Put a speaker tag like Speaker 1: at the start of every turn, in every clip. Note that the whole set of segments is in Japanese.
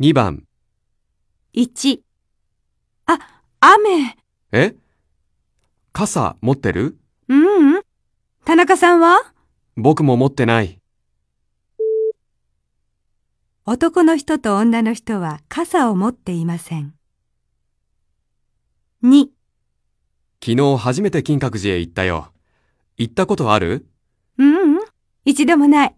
Speaker 1: 2番、
Speaker 2: 1あ、雨。
Speaker 1: え傘持ってる
Speaker 2: ううん。田中さんは
Speaker 1: 僕も持ってない。
Speaker 2: 男の人と女の人は傘を持っていません。2
Speaker 1: 昨日初めて金閣寺へ行ったよ。行ったことある
Speaker 2: うん。一度もない。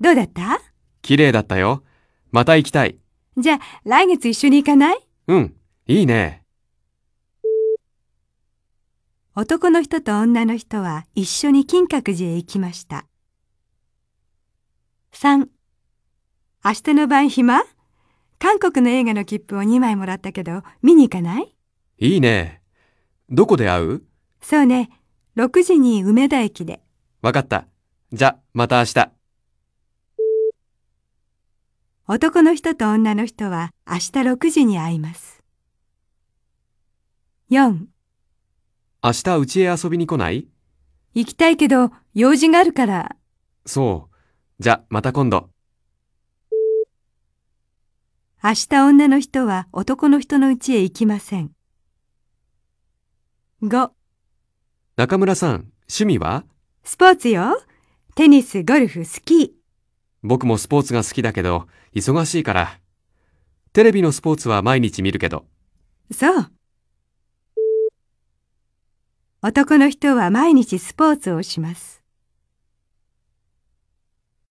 Speaker 2: どうだった
Speaker 1: 綺麗だったよ。また行きたい。
Speaker 2: じゃあ来月一緒に行かない
Speaker 1: うん、いいね。
Speaker 2: 男の人と女の人は一緒に金閣寺へ行きました。3明日の晩暇韓国の映画の切符を2枚もらったけど見に行かない
Speaker 1: いいね。どこで会う
Speaker 2: そうね。6時に梅田駅で。
Speaker 1: わかった。じゃ、また明日。
Speaker 2: 男の人と女の人は明日6時に会います。4
Speaker 1: 明日うちへ遊びに来ない
Speaker 2: 行きたいけど用事があるから。
Speaker 1: そう。じゃ、また今度。
Speaker 2: 明日女の人は男の人の家へ行きません。5
Speaker 1: 中村さん、趣味は
Speaker 2: スポーツよ。テニス、ゴルフ、スキー。
Speaker 1: 僕もスポーツが好きだけど、忙しいから。テレビのスポーツは毎日見るけど。
Speaker 2: そう。男の人は毎日スポーツをします。